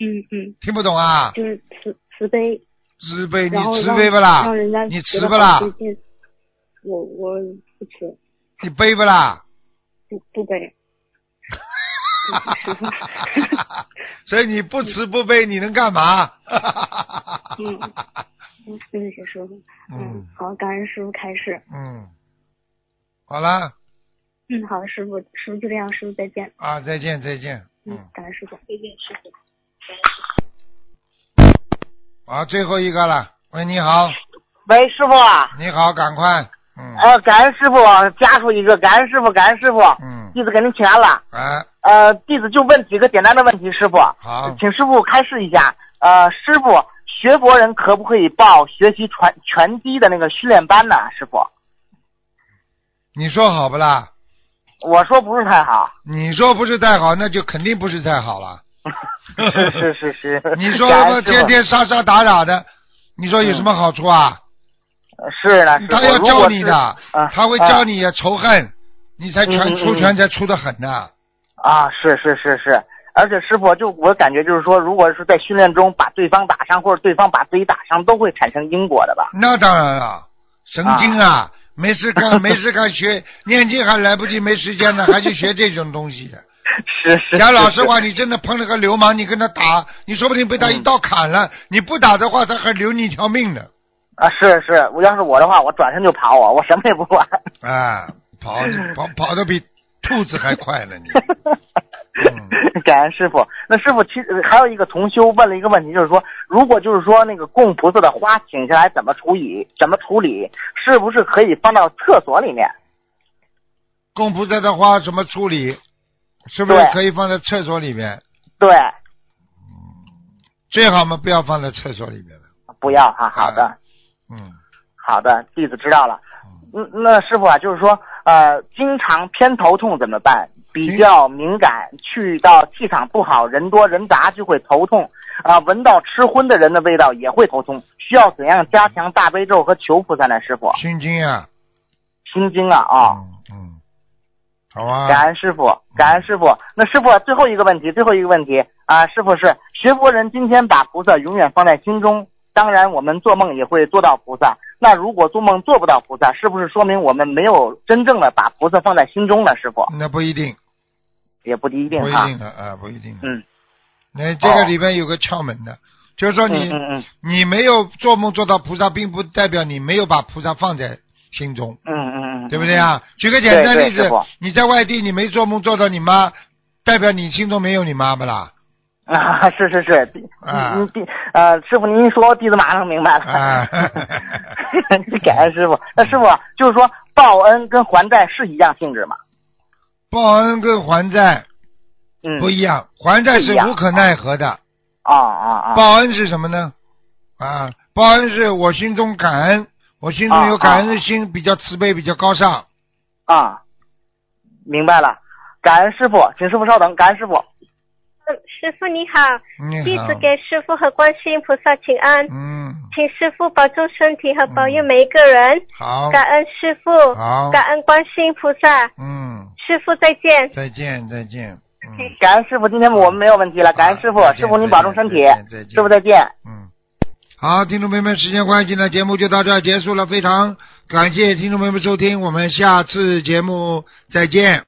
I: 嗯嗯，
B: 听不懂啊？
I: 就是慈慈悲，
B: 慈悲，你
I: 然后
B: 慈
I: 让
B: 悲不啦
I: 让？人家
B: 你慈
I: 觉得
B: 不啦
I: 好接近我我不慈，
B: 你悲不 啦？
I: 不不 悲。
B: 所以你不慈不悲，你能干嘛？
I: 嗯，嗯对不起，师傅。
B: 嗯
I: 嗯，好，感恩师傅开示。
B: 嗯，好了
I: 嗯，好，师傅，师傅就这样，师傅再见。
B: 啊，再见再见。
J: 嗯，感恩师傅，再见师傅。
B: 好，最后一个了。喂，你好，
K: 喂，师傅啊，
D: 嗯
B: 你好，赶快，
K: 呃，感恩师傅加出一个，感恩师傅，感恩师傅，
B: 嗯，
K: 弟子给您请安了。
B: 哎，
K: 呃，弟子就问几个简单的问题，师傅，
B: 好，
K: 请师傅开示一下。呃，师傅，学佛人可不可以报学习拳拳击的那个训练班呢？师傅，
B: 你说好不啦？
K: 我说不是太好。
B: 你说不是太好，那就肯定不是太好了。
K: 是是是是。
B: 你说
K: 感
B: 他
K: 恩
B: 妈
K: 师傅
B: 天天杀杀打打的，你说有什么好处啊？
K: 呃是的，师傅
B: 他要
K: 如果
B: 教你
K: 是
B: 的，
K: 啊
B: 他会教你仇恨，你才
K: 嗯
B: 拳
K: 嗯
B: 出
K: 嗯
B: 拳才出的狠呐。
K: 啊，是是是是，而且师傅，就我感觉就是说，如果是在训练中把对方打伤，或者对方把自己打伤，都会产生因果的吧？
B: 那当然了，神经啊，没事干，没事干学 念经还来不及，没时间呢，还去学这种东西。
K: 是是
B: 讲老实话，你真的碰了个流氓，你跟他打，你说不定被他
K: 嗯
B: 一刀砍了。你不打的话，他还留你一条命呢。
K: 啊，是是，我要是我的话，我转身就跑我，我什么也不管。
B: 啊，跑你跑跑得比兔子还快 呢，你
K: 感恩师傅。那师傅，其实还有一个同修问了一个问题，就是说，如果就是说那个供菩萨的花请下来，怎么处理？怎么处理？是不是可以放到厕所里面？
B: 供菩萨的花怎么处理？是不是
K: 对
B: 可以放在厕所里面？
K: 对，
B: 最好嘛，不要放在厕所里面了。
K: 不要哈、好的。
B: 嗯，
K: 好的，弟子知道了。嗯，那师傅啊，就是说，呃，经常偏头痛怎么办？比较敏感，去到气场不好、人多人杂就会头痛啊、闻到吃荤的人的味道也会头痛。需要怎样加强大悲咒和求菩萨呢？师傅，
B: 心经啊，嗯
K: 心经啊啊、
B: 好啊。
K: 感恩师傅，感恩师傅。那师傅、最后一个问题，最后一个问题啊，师傅是学佛人，今天把菩萨永远放在心中。当然，我们做梦也会做到菩萨。那如果做梦做不到菩萨，是不是说明我们没有真正的把菩萨放在心中呢？师傅
B: 那不一定，
K: 也不一定
B: 不一
K: 啊。
B: 定的啊，不一定的。
K: 嗯，哦
B: 那这个里边有个窍门的，就是说你、
K: 嗯嗯
B: 你没有做梦做到菩萨，并不代表你没有把菩萨放在心中，
K: 嗯嗯嗯，
B: 对不对啊？举个简单
K: 对对
B: 例子
K: 师傅，
B: 你在外地你没做梦做到你妈，代表你心中没有你妈不啦？
K: 啊， 是是是，弟
B: 啊
K: 嗯弟呃，师傅您一说，弟子马上明白了。
B: 啊，
K: 感恩师傅。那师傅就是说，报恩跟还债是一样性质吗？
B: 报恩跟还债
K: 嗯，
B: 不一样，还债
K: 不
B: 是
K: 一样
B: 无可奈何的，
K: 啊啊啊！
B: 报恩是什么呢？啊，报恩是我心中感恩，我心中有感恩的心，比较慈悲，比较高尚。
K: 啊，明白了，感恩师傅，请师傅稍等，感恩师傅。
L: 嗯师傅你好，
B: 你好
L: 弟
K: 啊
L: 子给师傅和观世音菩萨请安，
B: 嗯，
L: 请师傅保重身体和保佑每一个人，
B: 好，
L: 感恩师傅
B: 好，
L: 感恩观世音菩萨，
B: 嗯，
L: 师傅再见。
B: 再见，再见，嗯
K: 感恩师傅，今天我们没有问题了，感恩师傅，师傅您保重身体，师傅再见。
B: 嗯好，听众朋友们，时间关系呢，节目就到这儿结束了。非常感谢听众朋友们收听，我们下次节目再见。